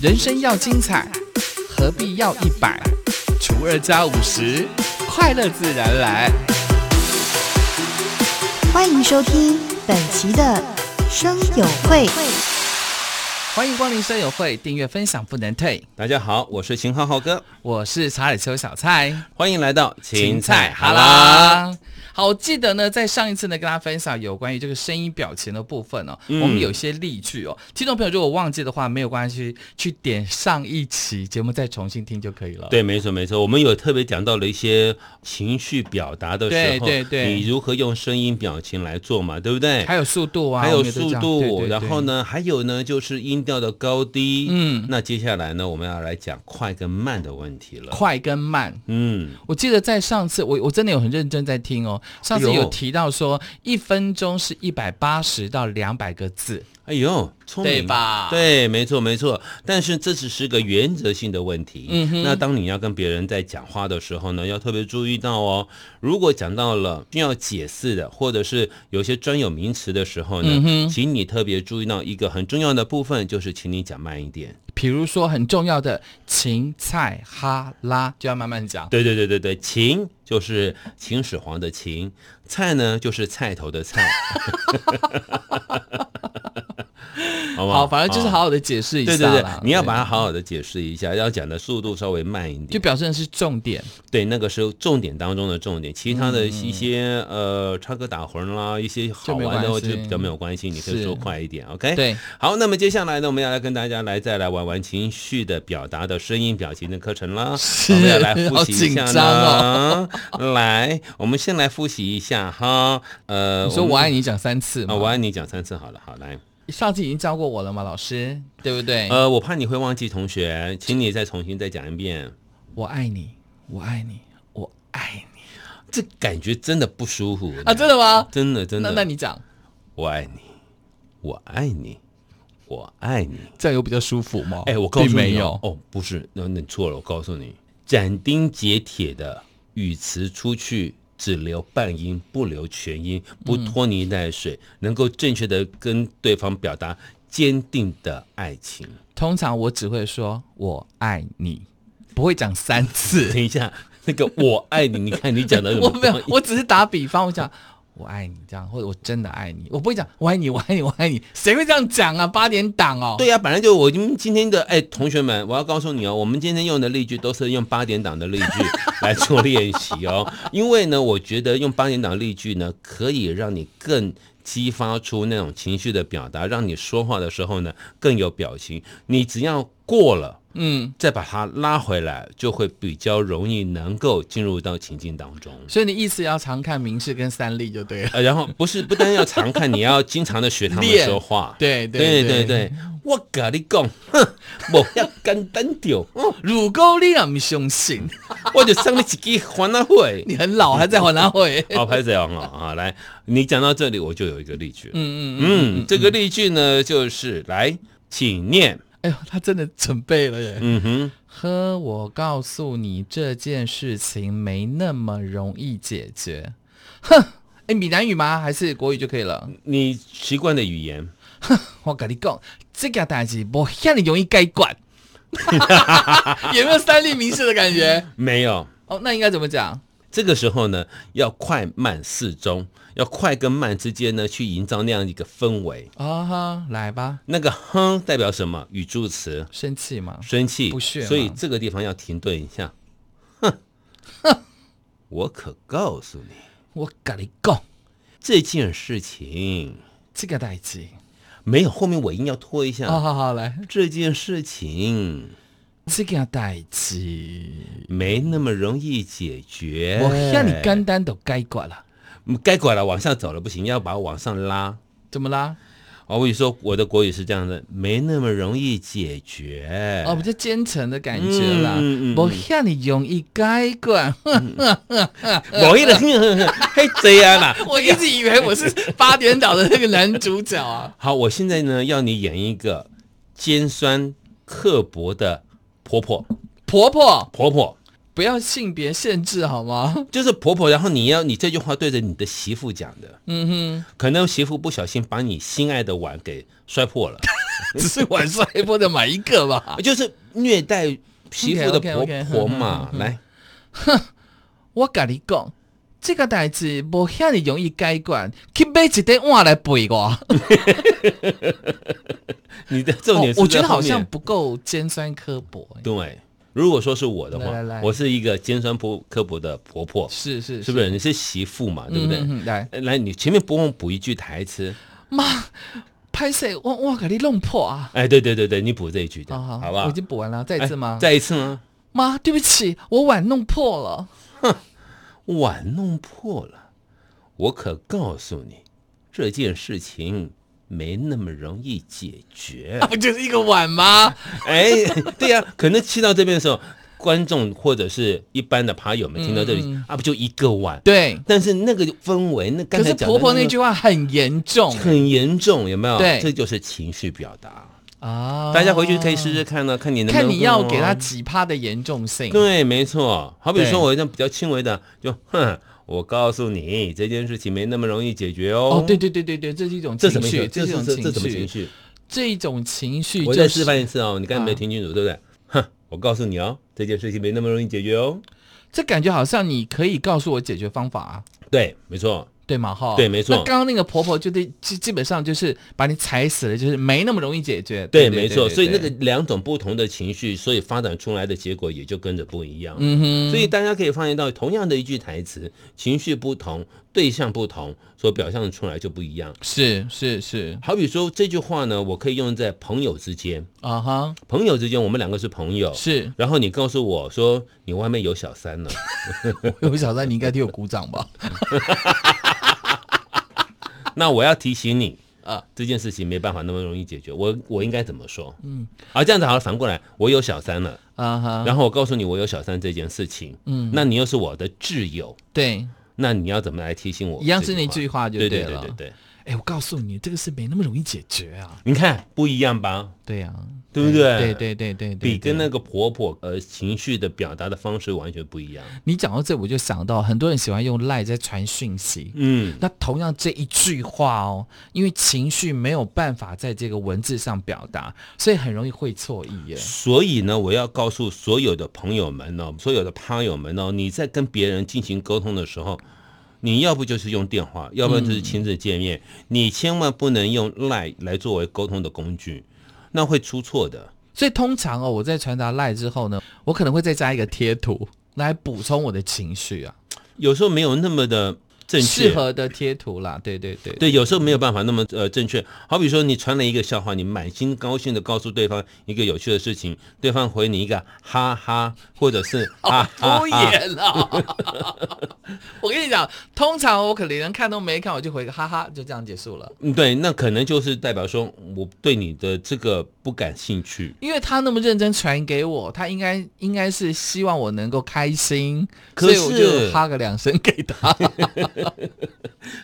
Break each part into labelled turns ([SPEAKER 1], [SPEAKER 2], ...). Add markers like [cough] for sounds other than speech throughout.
[SPEAKER 1] 人生要精彩，何必要一百除二加五十？快乐自然来。
[SPEAKER 2] 欢迎收听本期的生友会。
[SPEAKER 1] 欢迎光临舍友会，订阅分享不能退。
[SPEAKER 3] 大家好，我是秦浩浩哥，
[SPEAKER 1] 我是查理丘小蔡，
[SPEAKER 3] 欢迎来到
[SPEAKER 1] 芹菜哈
[SPEAKER 3] 啦。
[SPEAKER 1] 啦。好，我记得呢，在上一次呢，跟大家分享有关于这个声音表情的部分哦，
[SPEAKER 3] 嗯
[SPEAKER 1] 我们有一些例句哦。听众朋友如果忘记的话，没有关系，去点上一期节目再重新听就可以了。
[SPEAKER 3] 对，没错没错，我们有特别讲到了一些情绪表达的时候，
[SPEAKER 1] 对对对
[SPEAKER 3] 你如何用声音表情来做嘛，对不对？
[SPEAKER 1] 还有速度啊，
[SPEAKER 3] 还有
[SPEAKER 1] 我们也都
[SPEAKER 3] 速
[SPEAKER 1] 这样
[SPEAKER 3] 度，
[SPEAKER 1] 对对对
[SPEAKER 3] 然后呢，还有呢，就是音调的高低。
[SPEAKER 1] 嗯
[SPEAKER 3] 那接下来呢，我们要来讲快跟慢的问题了。
[SPEAKER 1] 快跟慢。
[SPEAKER 3] 嗯，
[SPEAKER 1] 我记得在上次，我我真的有很认真在听哦。上次
[SPEAKER 3] 哎呦
[SPEAKER 1] 有提到说，一分钟是一百八十到两百个字，
[SPEAKER 3] 哎呦，聪明
[SPEAKER 1] 对吧
[SPEAKER 3] 对，没错没错。但是这只是个原则性的问题。
[SPEAKER 1] 嗯哼
[SPEAKER 3] 那当你要跟别人在讲话的时候呢，要特别注意到哦。如果讲到了需要解释的，或者是有些专有名词的时候呢，
[SPEAKER 1] 嗯哼
[SPEAKER 3] 请你特别注意到一个很重要的部分，就是请你讲慢一点。
[SPEAKER 1] 比如说很重要的芹菜哈拉，就要慢慢讲。
[SPEAKER 3] 对对对对对，秦就是秦始皇的秦，菜呢就是菜头
[SPEAKER 1] [laughs]
[SPEAKER 3] 的菜， [laughs] 好不好？啊
[SPEAKER 1] 好，反正就是好好的解释一下
[SPEAKER 3] 对
[SPEAKER 1] 啦。
[SPEAKER 3] 对对，你要把它
[SPEAKER 1] 对
[SPEAKER 3] 好好的解释一下，要讲的速度稍微慢一
[SPEAKER 1] 就
[SPEAKER 3] 点。
[SPEAKER 1] 表现的是重点。
[SPEAKER 3] 对，那个是重点当中的重点，其他的一些、呃插科打诨啦，一些好玩
[SPEAKER 1] 嗯就没
[SPEAKER 3] 的
[SPEAKER 1] 关系
[SPEAKER 3] 就比较没有关系，你可以
[SPEAKER 1] 是
[SPEAKER 3] 说快一点，OK？。
[SPEAKER 1] 对，
[SPEAKER 3] 好，那么接下来呢，我们要来跟大家来再来玩玩情绪的表达的声音表情的课程啦。
[SPEAKER 1] 是
[SPEAKER 3] 我们要来复习一下
[SPEAKER 1] 好紧
[SPEAKER 3] 呢。
[SPEAKER 1] 张啊
[SPEAKER 3] [laughs]
[SPEAKER 1] [laughs]
[SPEAKER 3] 来，我们先来复习一下哈。呃，
[SPEAKER 1] 你说
[SPEAKER 3] 们
[SPEAKER 1] 我爱你讲三次
[SPEAKER 3] 啊、
[SPEAKER 1] 嘛，
[SPEAKER 3] 我爱你讲三次好了，好来。
[SPEAKER 1] 上次已经教过我了嘛，老师，对不对？
[SPEAKER 3] 呃，我怕你会忘记，同学，请你再重新再讲一遍。
[SPEAKER 1] 我爱你，我爱你，我爱你
[SPEAKER 3] 这感觉真的不舒服
[SPEAKER 1] 啊，真的吗？
[SPEAKER 3] 真的真
[SPEAKER 1] 那
[SPEAKER 3] 的。
[SPEAKER 1] 那你讲，
[SPEAKER 3] 我爱你，我爱你，我爱你。
[SPEAKER 1] 这样有比较舒服吗？
[SPEAKER 3] 哎，我告诉你
[SPEAKER 1] 并
[SPEAKER 3] 哦
[SPEAKER 1] 没有。
[SPEAKER 3] 哦，不是，那你错了。我告诉你，斩钉截铁的语词出去，只留半音，不留全音，
[SPEAKER 1] 嗯
[SPEAKER 3] 不拖泥带水，能够正确的跟对方表达坚定的爱情。
[SPEAKER 1] 通常我只会说“我爱你”，不会讲三次。
[SPEAKER 3] 等一下，那个我爱你，你看你讲的
[SPEAKER 1] [laughs] 我没有，我只是打比方，我讲“我爱你”这样，或者“我真的爱你”，我不会讲“我爱你，我爱你，我爱你”，谁会这样讲啊？八点档哦，
[SPEAKER 3] 对呀、本来就我们今天的哎，同学们，我要告诉你哦，我们今天用的例句都是用八点档的例句来做练习哦，因为呢，我觉得用八点档例句呢，可以让你更激发出那种情绪的表达，让你说话的时候呢更有表情。你只要过了，
[SPEAKER 1] 嗯，
[SPEAKER 3] 再把它拉回来，就会比较容易能够进入到情境当中。
[SPEAKER 1] 所以你意思要常看明示跟三例就对了。 [laughs]
[SPEAKER 3] 呃，然后不是不单要常看，你要经常的学他们
[SPEAKER 1] 练
[SPEAKER 3] 说话。
[SPEAKER 1] 对
[SPEAKER 3] 对
[SPEAKER 1] 对
[SPEAKER 3] 对对，我跟你讲，哼，无遐简单着，嗯
[SPEAKER 1] 如果你让你相信， [laughs]
[SPEAKER 3] 我就送你一支欢乐会。，
[SPEAKER 1] 你很老还在华南会 [laughs]
[SPEAKER 3] 好，拍谁啊？啊，来，你讲到这里，我就有一个例句。嗯
[SPEAKER 1] 嗯嗯嗯，
[SPEAKER 3] 嗯，这个例句呢，就是来，请念。
[SPEAKER 1] 哎呦，他真的准备了耶。
[SPEAKER 3] 嗯哼，
[SPEAKER 1] 呵，我告诉你，这件事情没那么容易解决。哼，哎，闽南语吗？还是国语就可以了？
[SPEAKER 3] 你习惯的语言，
[SPEAKER 1] 我跟你讲，这个代志不遐尼容易改
[SPEAKER 3] [laughs]
[SPEAKER 1] 管。有没有三立名士的感觉？
[SPEAKER 3] 没有。
[SPEAKER 1] 哦，那应该怎么讲？
[SPEAKER 3] 这个时候呢，要快慢适中，要快跟慢之间呢，去营造那样一个氛围。
[SPEAKER 1] 啊哈，来吧，
[SPEAKER 3] 那个哼代表什么？语助词，
[SPEAKER 1] 生气嘛，
[SPEAKER 3] 生气，
[SPEAKER 1] 不屑嘛
[SPEAKER 3] 所以这个地方要停顿一下。哼，我可告诉你，
[SPEAKER 1] 我跟你讲，
[SPEAKER 3] 这件事情
[SPEAKER 1] 这个代志。
[SPEAKER 3] 没有后面尾音要拖一下。
[SPEAKER 1] 哦，好好来，
[SPEAKER 3] 这件事情
[SPEAKER 1] 这个代志，
[SPEAKER 3] 没那么容易解决。
[SPEAKER 1] 我遐尼简单都改管了，
[SPEAKER 3] 嗯该拐了，往下走了不行，要把它往上拉。
[SPEAKER 1] 怎么啦？
[SPEAKER 3] 哦，我跟你说，我的国语是这样的，没那么容易解决。
[SPEAKER 1] 哦，比较奸诚的感觉啦
[SPEAKER 3] 哎嗯嗯嗯，
[SPEAKER 1] 不遐尼容易改
[SPEAKER 3] [laughs]
[SPEAKER 1] 管。呃
[SPEAKER 3] 我一人嘿这样啊啦。
[SPEAKER 1] 我一直以为我
[SPEAKER 3] [laughs]
[SPEAKER 1] 是八点档的那个男主角啊。
[SPEAKER 3] 好，我现在呢要你演一个尖酸刻薄的婆婆，
[SPEAKER 1] 婆婆，
[SPEAKER 3] 婆婆
[SPEAKER 1] 不要性别限制好吗？
[SPEAKER 3] 就是婆婆，然后你要你这句话对着你的媳妇讲的，
[SPEAKER 1] 嗯哼，
[SPEAKER 3] 可能媳妇不小心把你心爱的碗给摔破了， [laughs]
[SPEAKER 1] 只是晚上也不能买一个吧？
[SPEAKER 3] 就是虐待媳妇的婆
[SPEAKER 1] OK，OK，OK，
[SPEAKER 3] 婆嘛
[SPEAKER 1] 嗯嗯嗯。
[SPEAKER 3] 来，
[SPEAKER 1] 我跟你讲，这个代志无遐尼容易解决，去买一块碗来陪我。
[SPEAKER 3] 你的重点
[SPEAKER 1] 哦
[SPEAKER 3] 是
[SPEAKER 1] 我觉
[SPEAKER 3] 在
[SPEAKER 1] 得
[SPEAKER 3] 后
[SPEAKER 1] 好像
[SPEAKER 3] 面
[SPEAKER 1] 不够尖酸刻薄、欸
[SPEAKER 3] 对。如果说是我的话，
[SPEAKER 1] 来来来
[SPEAKER 3] 我是一个尖酸泼刻薄的婆婆，
[SPEAKER 1] 是是
[SPEAKER 3] 是不是？你是媳妇嘛，对不对？
[SPEAKER 1] 嗯嗯嗯来，
[SPEAKER 3] 呃来，你前面不用补一句台词，
[SPEAKER 1] 妈，拍谁？我我给你弄破啊！
[SPEAKER 3] 哎，对对对对，你补这一句的，
[SPEAKER 1] 啊、好，
[SPEAKER 3] 好不好？
[SPEAKER 1] 我已经补完了，再一次吗
[SPEAKER 3] 哎？再一次吗？
[SPEAKER 1] 妈，对不起，我碗弄破
[SPEAKER 3] [laughs]
[SPEAKER 1] 了。
[SPEAKER 3] 碗弄破了，我可告诉你，这件事情没那么容易解
[SPEAKER 1] [laughs]
[SPEAKER 3] 决
[SPEAKER 1] 那。不就是一个碗吗？
[SPEAKER 3] 哎，对呀、可能气到这边的时候，观众或者是一般的爬友们听到这里、
[SPEAKER 1] 嗯
[SPEAKER 3] 啊，不就一个碗？
[SPEAKER 1] [laughs] 对，
[SPEAKER 3] 但是那个氛围，那刚
[SPEAKER 1] 可
[SPEAKER 3] 才
[SPEAKER 1] 是
[SPEAKER 3] 讲的
[SPEAKER 1] 婆婆
[SPEAKER 3] 那
[SPEAKER 1] 那
[SPEAKER 3] 个
[SPEAKER 1] 句话很严重
[SPEAKER 3] 很严重，有没有？
[SPEAKER 1] 对
[SPEAKER 3] 这就是情绪表达。
[SPEAKER 1] 啊！
[SPEAKER 3] 大家回去可以试试看呢、看你能不能
[SPEAKER 1] 看你要
[SPEAKER 3] 哦
[SPEAKER 1] 给她几趴的严重性。
[SPEAKER 3] 对，没错。好比
[SPEAKER 1] 对
[SPEAKER 3] 说，我一种比较轻微的，就哼，我告诉你，这件事情没那么容易解决哦。
[SPEAKER 1] 哦，对，对对对对，这是一种
[SPEAKER 3] 这什
[SPEAKER 1] 情
[SPEAKER 3] 么意
[SPEAKER 1] 绪，
[SPEAKER 3] 思？这
[SPEAKER 1] 是一种
[SPEAKER 3] 这这什么情
[SPEAKER 1] 绪，
[SPEAKER 3] 绪？
[SPEAKER 1] 这一种情绪
[SPEAKER 3] 我再
[SPEAKER 1] 就
[SPEAKER 3] 示
[SPEAKER 1] 是
[SPEAKER 3] 范一次哦，你刚才没
[SPEAKER 1] 啊
[SPEAKER 3] 听清楚，对不对？哼，我告诉你哦，这件事情没那么容易解决哦。
[SPEAKER 1] 这感觉好像你可以告诉我解决方法啊。
[SPEAKER 3] 对，没错，
[SPEAKER 1] 对嘛哈？
[SPEAKER 3] 对没错
[SPEAKER 1] 那刚刚那个婆婆就对，基基本上就是把你踩死了，就是没那么容易解决。
[SPEAKER 3] 对，
[SPEAKER 1] 对
[SPEAKER 3] 没错。
[SPEAKER 1] 对
[SPEAKER 3] 所以那个
[SPEAKER 1] 对
[SPEAKER 3] 两种不同的情绪，所以发展出来的结果也就跟着不一样。
[SPEAKER 1] 嗯哼，
[SPEAKER 3] 所以大家可以发现到，同样的一句台词，情绪不同，对象不同，所表现出来就不一样。
[SPEAKER 1] 是是是
[SPEAKER 3] 好比说这句话呢，我可以用在朋友之间，
[SPEAKER 1] 啊哈，
[SPEAKER 3] 朋友之间，我们两个是朋友，
[SPEAKER 1] 是 [laughs]
[SPEAKER 3] 然后你告诉我说你外面有小三了，
[SPEAKER 1] 我想到你应该替我鼓掌吧？
[SPEAKER 3] 那我要提醒你
[SPEAKER 1] 啊
[SPEAKER 3] 啊，这件事情没办法那么容易解决，我我应该怎么说？嗯，啊，这样子好了，反过来，我有小三了，
[SPEAKER 1] 啊哈，
[SPEAKER 3] 然后我告诉你我有小三这件事情，嗯，那你又是我的挚友，
[SPEAKER 1] 对，
[SPEAKER 3] 那你要怎么来提醒我？
[SPEAKER 1] 一样是那句
[SPEAKER 3] 话，
[SPEAKER 1] 话就
[SPEAKER 3] 对对
[SPEAKER 1] 了。
[SPEAKER 3] 对对对，
[SPEAKER 1] 哎，我告诉你，这个事没那么容易解决啊。
[SPEAKER 3] 你看不一样吧？
[SPEAKER 1] 对啊，
[SPEAKER 3] 对不
[SPEAKER 1] 对对
[SPEAKER 3] 对
[SPEAKER 1] 对对对，
[SPEAKER 3] 比跟
[SPEAKER 1] 对
[SPEAKER 3] 那个婆婆呃情绪的表达的方式完全不一样。
[SPEAKER 1] 你讲到这，我就想到很多人喜欢用赖在传讯息。
[SPEAKER 3] 嗯，
[SPEAKER 1] 那同样这一句话哦，因为情绪没有办法在这个文字上表达，所以很容易会错意耶。
[SPEAKER 3] 所以呢，我要告诉所有的朋友们哦，所有的趴友们哦，你在跟别人进行沟通的时候，你要不就是用电话，要不然就是亲自见面，你千万不能用 Line 来作为沟通的工具，那会出错的。
[SPEAKER 1] 所以通常哦，我在传达赖之后呢，我可能会再加一个贴图来补充我的情绪啊，
[SPEAKER 3] 有时候没有那么的正确，
[SPEAKER 1] 适合的贴图啦。对对对，
[SPEAKER 3] 对，有时候没有办法那么呃正确。好比说，你传了一个笑话，你满心高兴的告诉对方一个有趣的事情，对方回你一个哈哈，或者是啊哈
[SPEAKER 1] 敷
[SPEAKER 3] 哈哈。
[SPEAKER 1] 衍啊！ [laughs] 我跟你讲，通常我可能连看都没看，我就回个哈哈，就这样结束了。
[SPEAKER 3] 嗯对，那可能就是代表说我对你的这个不感兴趣。
[SPEAKER 1] 因为他那么认真传给我，他应该应该是希望我能够开心，
[SPEAKER 3] 可
[SPEAKER 1] 所以我
[SPEAKER 3] 是
[SPEAKER 1] 就哈个两声给他。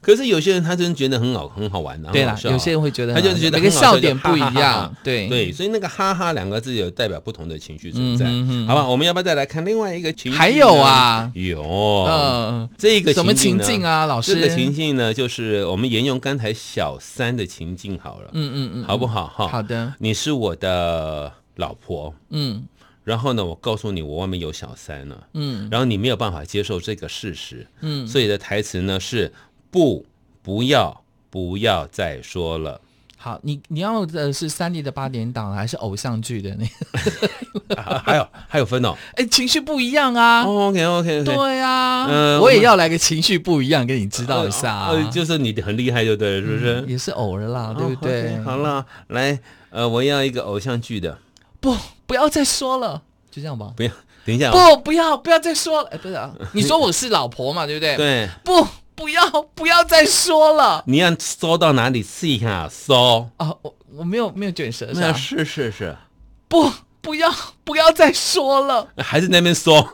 [SPEAKER 3] 可是有些人他真的觉得很好，很好玩啊，
[SPEAKER 1] 对
[SPEAKER 3] 很
[SPEAKER 1] 啦
[SPEAKER 3] 好，笑啊
[SPEAKER 1] 有些人会觉得
[SPEAKER 3] 他就是
[SPEAKER 1] 很
[SPEAKER 3] 觉得
[SPEAKER 1] 每个
[SPEAKER 3] 很好
[SPEAKER 1] 笑
[SPEAKER 3] 笑
[SPEAKER 1] 点
[SPEAKER 3] 就
[SPEAKER 1] 不
[SPEAKER 3] 哈
[SPEAKER 1] 一
[SPEAKER 3] 哈哈
[SPEAKER 1] 样，对
[SPEAKER 3] 对，所以那个哈哈两个字有代表不同的情绪存在，
[SPEAKER 1] 嗯哼哼
[SPEAKER 3] 好吧？我们要不要再来看另外一个情绪？
[SPEAKER 1] 还有，啊，
[SPEAKER 3] 有，
[SPEAKER 1] 嗯、
[SPEAKER 3] 这个
[SPEAKER 1] 什么情
[SPEAKER 3] 呢
[SPEAKER 1] 境啊，老师？
[SPEAKER 3] 这个情境呢，就是我们沿用刚才小三的情境好了，
[SPEAKER 1] 嗯嗯嗯，
[SPEAKER 3] 好不好哈？
[SPEAKER 1] 好的，
[SPEAKER 3] 你是我的老婆，
[SPEAKER 1] 嗯
[SPEAKER 3] 然后呢，我告诉你我外面有小三了，
[SPEAKER 1] 嗯
[SPEAKER 3] 然后你没有办法接受这个事实，
[SPEAKER 1] 嗯，
[SPEAKER 3] 所以的台词呢是不，不要，不要再说了。
[SPEAKER 1] 好，你你要的是三 D 的八点档还是偶像剧的那？ [laughs]
[SPEAKER 3] 啊还有还有分哦、哎
[SPEAKER 1] 哎，情绪不一样啊，
[SPEAKER 3] OK OK OK，
[SPEAKER 1] 对啊，
[SPEAKER 3] 哦呃
[SPEAKER 1] 我也
[SPEAKER 3] 我
[SPEAKER 1] 要来个情绪不一样，给你知道一下、啊嗯
[SPEAKER 3] 呃，就是你很厉害就对了，是不是？
[SPEAKER 1] 也是偶尔啦，
[SPEAKER 3] 哦
[SPEAKER 1] 对不对？
[SPEAKER 3] OK，好了，来，呃，我要一个偶像剧的，
[SPEAKER 1] 不，不要再说了，就这样吧。
[SPEAKER 3] 不要，等一下、哦，
[SPEAKER 1] 不，不要，不要再说了。哎，不是、啊，你说我是老婆嘛，对不对？。
[SPEAKER 3] 对。
[SPEAKER 1] 不，不要，不要再说了。
[SPEAKER 3] 你要搜到哪里试一下搜？
[SPEAKER 1] 啊，我我没有没有卷舌是
[SPEAKER 3] 那
[SPEAKER 1] 吧？
[SPEAKER 3] 是是是， [laughs]
[SPEAKER 1] 不，不要，不要再说了。
[SPEAKER 3] 还是那边搜， [laughs]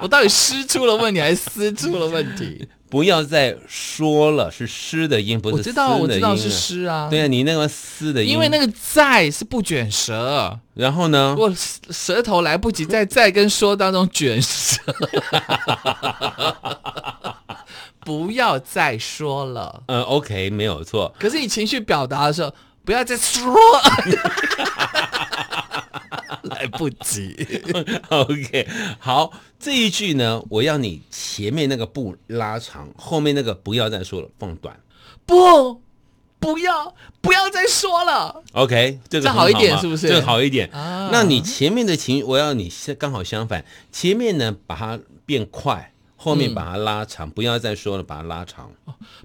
[SPEAKER 1] 我到底师出了问题还是私出了问题？
[SPEAKER 3] 不要再说了，是诗的音，不
[SPEAKER 1] 我
[SPEAKER 3] [laughs] 是
[SPEAKER 1] 知道，
[SPEAKER 3] 思
[SPEAKER 1] 我
[SPEAKER 3] 的
[SPEAKER 1] 知
[SPEAKER 3] 音啊
[SPEAKER 1] 道是。诗啊。
[SPEAKER 3] 对啊，你那个思的音，
[SPEAKER 1] 因为那
[SPEAKER 3] 个，
[SPEAKER 1] 个在是不卷舌，
[SPEAKER 3] 然后呢？
[SPEAKER 1] 我舌头来不及在在跟说当中卷舌。 [laughs] 不要再说了。
[SPEAKER 3] 呃，OK，没有错，
[SPEAKER 1] 可是你情绪表达的时候，不要再
[SPEAKER 3] [laughs]
[SPEAKER 1] 说，来不及。
[SPEAKER 3] OK，好，这一句呢，我要你前面那个不拉长，后面那个不要再说了，放短。
[SPEAKER 1] 不，不要，不要再说了。
[SPEAKER 3] OK，这个
[SPEAKER 1] 这
[SPEAKER 3] 很
[SPEAKER 1] 好一点
[SPEAKER 3] 嘛
[SPEAKER 1] 是不是
[SPEAKER 3] 这个好一点
[SPEAKER 1] 啊
[SPEAKER 3] 那你前面的情，我要你先刚好相反，前面呢把它变快，后
[SPEAKER 1] 嗯
[SPEAKER 3] 面把它拉长，不要再说了，把它拉长。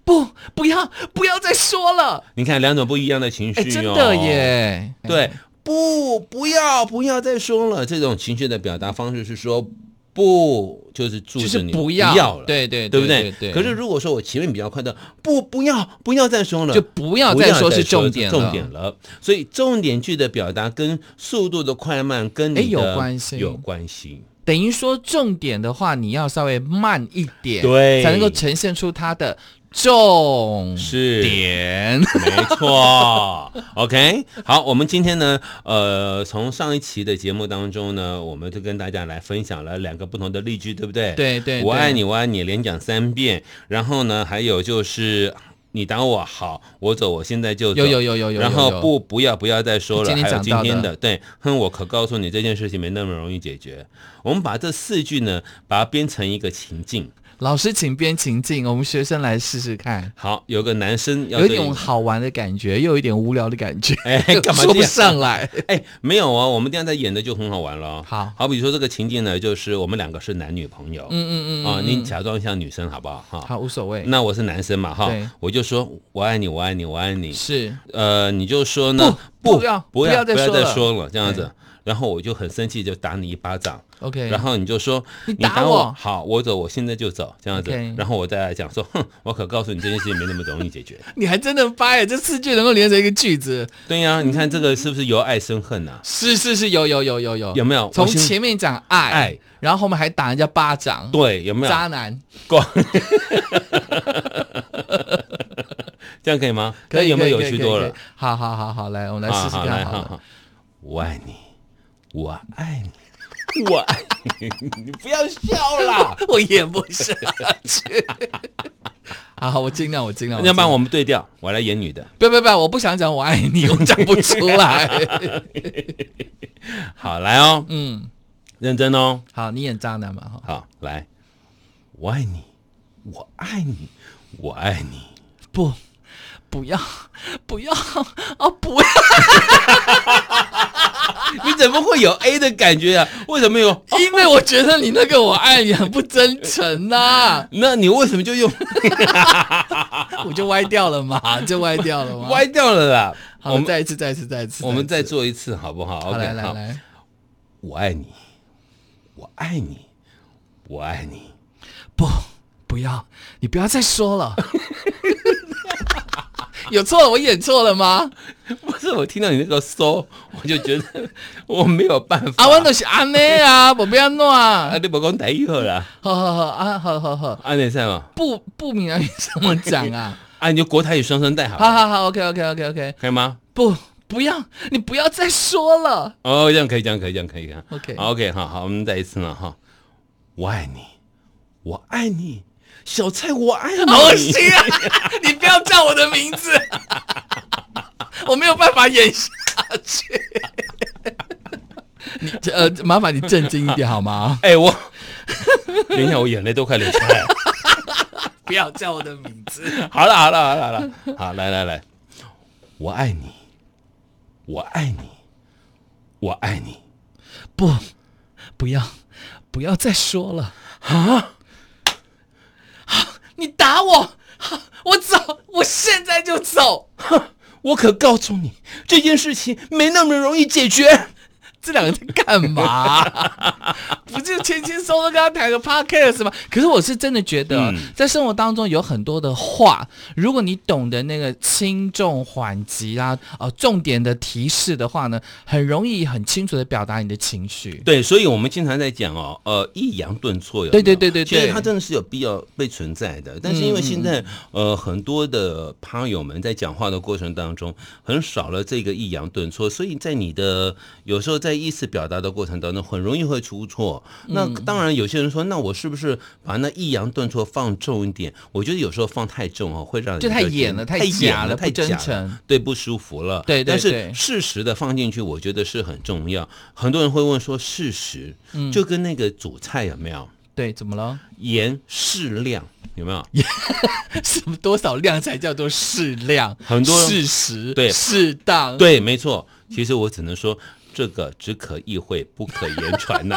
[SPEAKER 1] 不，不要，不要再说了。
[SPEAKER 3] 你看两种不一样的情绪
[SPEAKER 1] 哎，
[SPEAKER 3] 哦，
[SPEAKER 1] 真的。耶。
[SPEAKER 3] 对，不，不要，不要再说了。这种情绪的表达方式是说不，就是住
[SPEAKER 1] 就
[SPEAKER 3] 着
[SPEAKER 1] 是
[SPEAKER 3] 你，
[SPEAKER 1] 不要，
[SPEAKER 3] 了，
[SPEAKER 1] 对对
[SPEAKER 3] 对
[SPEAKER 1] 不
[SPEAKER 3] 不
[SPEAKER 1] 对对
[SPEAKER 3] 对？可是如果说我前面比较快的，不，不要，不要再说了，
[SPEAKER 1] 就不要再说是重点了
[SPEAKER 3] 重点了。所以重点句的表达跟速度的快慢跟你
[SPEAKER 1] 哎有
[SPEAKER 3] 的
[SPEAKER 1] 关系
[SPEAKER 3] 有关系。
[SPEAKER 1] 等于说重点的话，你要稍微慢一点，
[SPEAKER 3] 对
[SPEAKER 1] 才能够呈现出它的重
[SPEAKER 3] 是
[SPEAKER 1] 点。 [laughs]
[SPEAKER 3] 没错，OK，好，我们今天呢，呃，从上一期的节目当中呢，我们就跟大家来分享了两个不同的例句，对不对？
[SPEAKER 1] 对对
[SPEAKER 3] 我
[SPEAKER 1] 对
[SPEAKER 3] 爱你，我爱你，连讲三遍。然后呢，还有就是你打我好，我走，我现在就走。
[SPEAKER 1] 有有有有有有
[SPEAKER 3] 然后
[SPEAKER 1] 有
[SPEAKER 3] 不不要不要再说了，
[SPEAKER 1] 今天
[SPEAKER 3] 还有
[SPEAKER 1] 讲
[SPEAKER 3] 今
[SPEAKER 1] 到
[SPEAKER 3] 天
[SPEAKER 1] 的
[SPEAKER 3] 的对，哼，我可告诉你这件事情没那么容易解决。我们把这四句呢，把它编成一个情境。
[SPEAKER 1] 老师请编情境，我们学生来试试看，
[SPEAKER 3] 好，有个男生要
[SPEAKER 1] 有一
[SPEAKER 3] 对
[SPEAKER 1] 点
[SPEAKER 3] 你
[SPEAKER 1] 好玩的感觉，又有一点无聊的感觉，
[SPEAKER 3] 哎干嘛
[SPEAKER 1] 说
[SPEAKER 3] 这
[SPEAKER 1] 不
[SPEAKER 3] 样
[SPEAKER 1] 上
[SPEAKER 3] [laughs]
[SPEAKER 1] 来。
[SPEAKER 3] 哎，没有哦，我们这样在演的就很好玩了哦。
[SPEAKER 1] 好
[SPEAKER 3] 好比说这个情境呢，就是我们两个是男女朋友，
[SPEAKER 1] 嗯嗯嗯
[SPEAKER 3] 啊，你假装像女生好不好？哈，
[SPEAKER 1] 好，无所谓。
[SPEAKER 3] 那我是男生嘛，哈
[SPEAKER 1] 对，
[SPEAKER 3] 我就说我爱你，我爱你，我爱你。
[SPEAKER 1] 是
[SPEAKER 3] 呃，你就说呢，
[SPEAKER 1] 不
[SPEAKER 3] 不
[SPEAKER 1] 不要
[SPEAKER 3] 不
[SPEAKER 1] 不
[SPEAKER 3] 要
[SPEAKER 1] 要再
[SPEAKER 3] 不要
[SPEAKER 1] 说
[SPEAKER 3] 再
[SPEAKER 1] 了
[SPEAKER 3] 说了，这样子。然后我就很生气，就打你一巴掌。
[SPEAKER 1] OK，
[SPEAKER 3] 然后你就说
[SPEAKER 1] 你
[SPEAKER 3] 你
[SPEAKER 1] 打
[SPEAKER 3] 打
[SPEAKER 1] 我
[SPEAKER 3] 好，我走，我现在就走，这样子
[SPEAKER 1] OK。
[SPEAKER 3] 然后我再来讲说，哼，我可告诉你，这件事情没那么容易解决。
[SPEAKER 1] 你还真的掰耶，这四句能够连成一个句子，
[SPEAKER 3] 对呀，你看这个是不是由爱生恨呐？
[SPEAKER 1] 是是是，有有有有有，
[SPEAKER 3] 有没有？
[SPEAKER 1] 哦从
[SPEAKER 3] 我先
[SPEAKER 1] 前面讲爱，
[SPEAKER 3] 爱
[SPEAKER 1] 然后后面还打人家巴掌，
[SPEAKER 3] 对有啊没有？
[SPEAKER 1] 渣男，
[SPEAKER 3] 光，这样可以吗？
[SPEAKER 1] 可以
[SPEAKER 3] 那有没有
[SPEAKER 1] 可
[SPEAKER 3] 有
[SPEAKER 1] 以
[SPEAKER 3] 趣
[SPEAKER 1] 可以
[SPEAKER 3] 多
[SPEAKER 1] 可以
[SPEAKER 3] 了？
[SPEAKER 1] 好好好好，来，我们来试试
[SPEAKER 3] 啊好来
[SPEAKER 1] 看好
[SPEAKER 3] 好
[SPEAKER 1] 了。
[SPEAKER 3] 好我爱你，我爱你，我爱你，你不要笑啦！
[SPEAKER 1] 我演不下去。 [laughs] 好好，我尽量，我尽量。
[SPEAKER 3] 要不然
[SPEAKER 1] 我
[SPEAKER 3] 我们对调，我来演女的。
[SPEAKER 1] 尽量不要不要不要，我不想讲我爱你，我讲不出
[SPEAKER 3] [laughs]
[SPEAKER 1] 来。
[SPEAKER 3] 好，来哦，
[SPEAKER 1] 嗯，
[SPEAKER 3] 认真哦。
[SPEAKER 1] 好，你演渣男嘛哈，
[SPEAKER 3] 好，来，我爱你，我爱你，我爱你。
[SPEAKER 1] 不，不要，不要啊，不要，
[SPEAKER 3] 你怎么会有 A 的感觉啊？为什么有？
[SPEAKER 1] 因为我觉得你那个我爱你很不真诚呐、
[SPEAKER 3] 那你为什么就用
[SPEAKER 1] 我就歪掉了嘛，就歪掉了嘛。
[SPEAKER 3] 歪掉了啦？
[SPEAKER 1] 好，我
[SPEAKER 3] 我们
[SPEAKER 1] 们再一次，再一次，再一次，
[SPEAKER 3] 我们
[SPEAKER 1] 再一
[SPEAKER 3] 再
[SPEAKER 1] 次
[SPEAKER 3] 做一次好不好
[SPEAKER 1] 好
[SPEAKER 3] ？OK，
[SPEAKER 1] 来来
[SPEAKER 3] 好
[SPEAKER 1] 来，
[SPEAKER 3] 我爱你，我爱你，我爱你。
[SPEAKER 1] 不，不要，你不要再说了。 [laughs] 有错了，我演错了吗？
[SPEAKER 3] 不是我听到你那个说， [laughs] 我就觉得 [laughs] 我没有办法。
[SPEAKER 1] 啊，我都是安尼啊，我不要弄
[SPEAKER 3] 啊，
[SPEAKER 1] 啊。
[SPEAKER 3] 你不讲台语好啦，
[SPEAKER 1] 好好好啊，好好好，
[SPEAKER 3] 安内赛嘛，
[SPEAKER 1] 不不明白你怎么讲 [laughs] 啊？
[SPEAKER 3] 啊，你就国台语双声带好
[SPEAKER 1] 好
[SPEAKER 3] 了，
[SPEAKER 1] 好好，OK OK OK OK，
[SPEAKER 3] 可以吗？
[SPEAKER 1] 不不要，你不要再说了。
[SPEAKER 3] 哦，这样可以，这样可以，这样可以啊。
[SPEAKER 1] OK
[SPEAKER 3] 好 OK，好好，我们再一次呢哈。我爱你，我爱你，小蔡，我爱你。
[SPEAKER 1] 好恶心啊！你不要叫我的名字，我没有办法演下去。你呃，麻烦你正经一点好吗？
[SPEAKER 3] 哎，我 [laughs] 等一下，我眼泪都快流下来了。 [laughs]
[SPEAKER 1] 不要叫我的名字。
[SPEAKER 3] 好了，好了，好了，好了，好，来来来，我爱你，我爱你，我爱你。
[SPEAKER 1] 不，不要，不要再说了啊！你打我，啊我走，我现在就走。
[SPEAKER 3] 我可告诉你，这件事情没那么容易解决。
[SPEAKER 1] 这两个在干嘛？
[SPEAKER 3] [laughs]
[SPEAKER 1] 不就轻轻松松跟他谈个 podcast 吗？可是我是真的觉得，
[SPEAKER 3] 嗯
[SPEAKER 1] 在生活当中有很多的话，如果你懂得那个轻重缓急啦、啊，呃，重点的提示的话呢，很容易很清楚的表达你的情绪。
[SPEAKER 3] 对，所以我们经常在讲哦，呃，抑扬顿挫有没
[SPEAKER 1] 对
[SPEAKER 3] 有
[SPEAKER 1] 对对对
[SPEAKER 3] 其实
[SPEAKER 1] 对
[SPEAKER 3] 它真的是有必要被存在的。但是因为现在、呃很多的趴友们在讲话的过程当中，很少了这个抑扬顿挫，所以在你的有时候在意识表达的过程当中，很容易会出错。那当然，有些人说，那我是不是把那抑扬顿挫放重一点？我觉得有时候放太重哦，会让人
[SPEAKER 1] 就太
[SPEAKER 3] 觉得
[SPEAKER 1] 演了太
[SPEAKER 3] 太演
[SPEAKER 1] 假了
[SPEAKER 3] 了，太
[SPEAKER 1] 不真
[SPEAKER 3] 假了
[SPEAKER 1] 诚，
[SPEAKER 3] 对，不舒服了。
[SPEAKER 1] 对对
[SPEAKER 3] 但
[SPEAKER 1] 对
[SPEAKER 3] 是适时的放进去，我觉得是很重要。很多人会问说，适时，
[SPEAKER 1] 嗯
[SPEAKER 3] 就跟那个煮菜有没有？
[SPEAKER 1] 对，怎么
[SPEAKER 3] [laughs]
[SPEAKER 1] 了？
[SPEAKER 3] 盐适量有没有？
[SPEAKER 1] 什么多少量才叫做适量？
[SPEAKER 3] 很多人
[SPEAKER 1] 适时，
[SPEAKER 3] 对
[SPEAKER 1] 适当，
[SPEAKER 3] 对，没错。其实我只能说，这个只可意会，不可言
[SPEAKER 1] [laughs]
[SPEAKER 3] 传呐、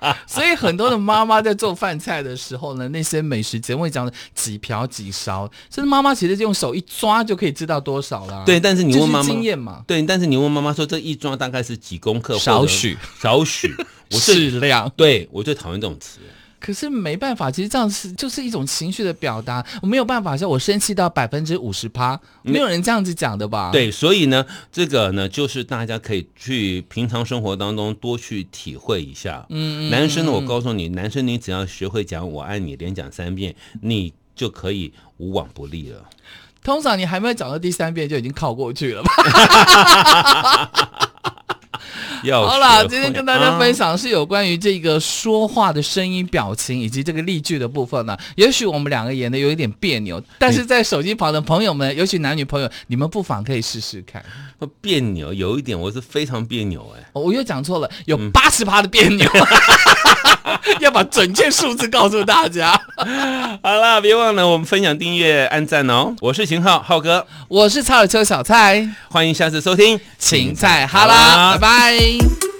[SPEAKER 1] 啊所以很多的妈妈在做饭菜的时候呢，那些美食节目讲的几瓢几勺，甚至妈妈其实用手一抓就可以知道多少啦。
[SPEAKER 3] 对，但是你
[SPEAKER 1] 这
[SPEAKER 3] 问
[SPEAKER 1] 是
[SPEAKER 3] 妈妈，
[SPEAKER 1] 经验嘛，
[SPEAKER 3] 对，但是你问妈妈说这一抓大概是几公克，
[SPEAKER 1] 少许，
[SPEAKER 3] 少许。我最
[SPEAKER 1] 适量。
[SPEAKER 3] 对我最讨厌这种词。
[SPEAKER 1] 可是没办法，其实这样是就是一种情绪的表达，我没有办法说我生气到百分之五十趴，没有人这样子讲的吧？，
[SPEAKER 3] 对，所以呢，这个呢，就是大家可以去平常生活当中多去体会一下。嗯，男生呢，我告诉你，男生你只要学会讲“我爱你”，连讲三遍，你就可以无往不利了。
[SPEAKER 1] 通常你还没有讲到第三遍就已经靠过去了吧？
[SPEAKER 3] 要
[SPEAKER 1] 好啦，
[SPEAKER 3] 学
[SPEAKER 1] 今天
[SPEAKER 3] 会
[SPEAKER 1] 跟大家
[SPEAKER 3] 啊
[SPEAKER 1] 分享是有关于这个说话的声音、表情以及这个例句的部分呢。也许我们两个演的有一点别扭，但是在手机旁的朋友们，尤其男女朋友，你们不妨可以试试看。
[SPEAKER 3] 别扭，有一点我是非常别扭哎、
[SPEAKER 1] 哦我又讲错了，有八十趴的别 [laughs] 扭，要把准确数字告诉大 [laughs] 家。
[SPEAKER 3] 好啦，别忘了我们分享、订阅、按赞哦。我是秦昊，浩哥，
[SPEAKER 1] 我是曹尔秋小蔡，
[SPEAKER 3] 欢迎下次收听。
[SPEAKER 1] 芹菜哈啦，拜拜。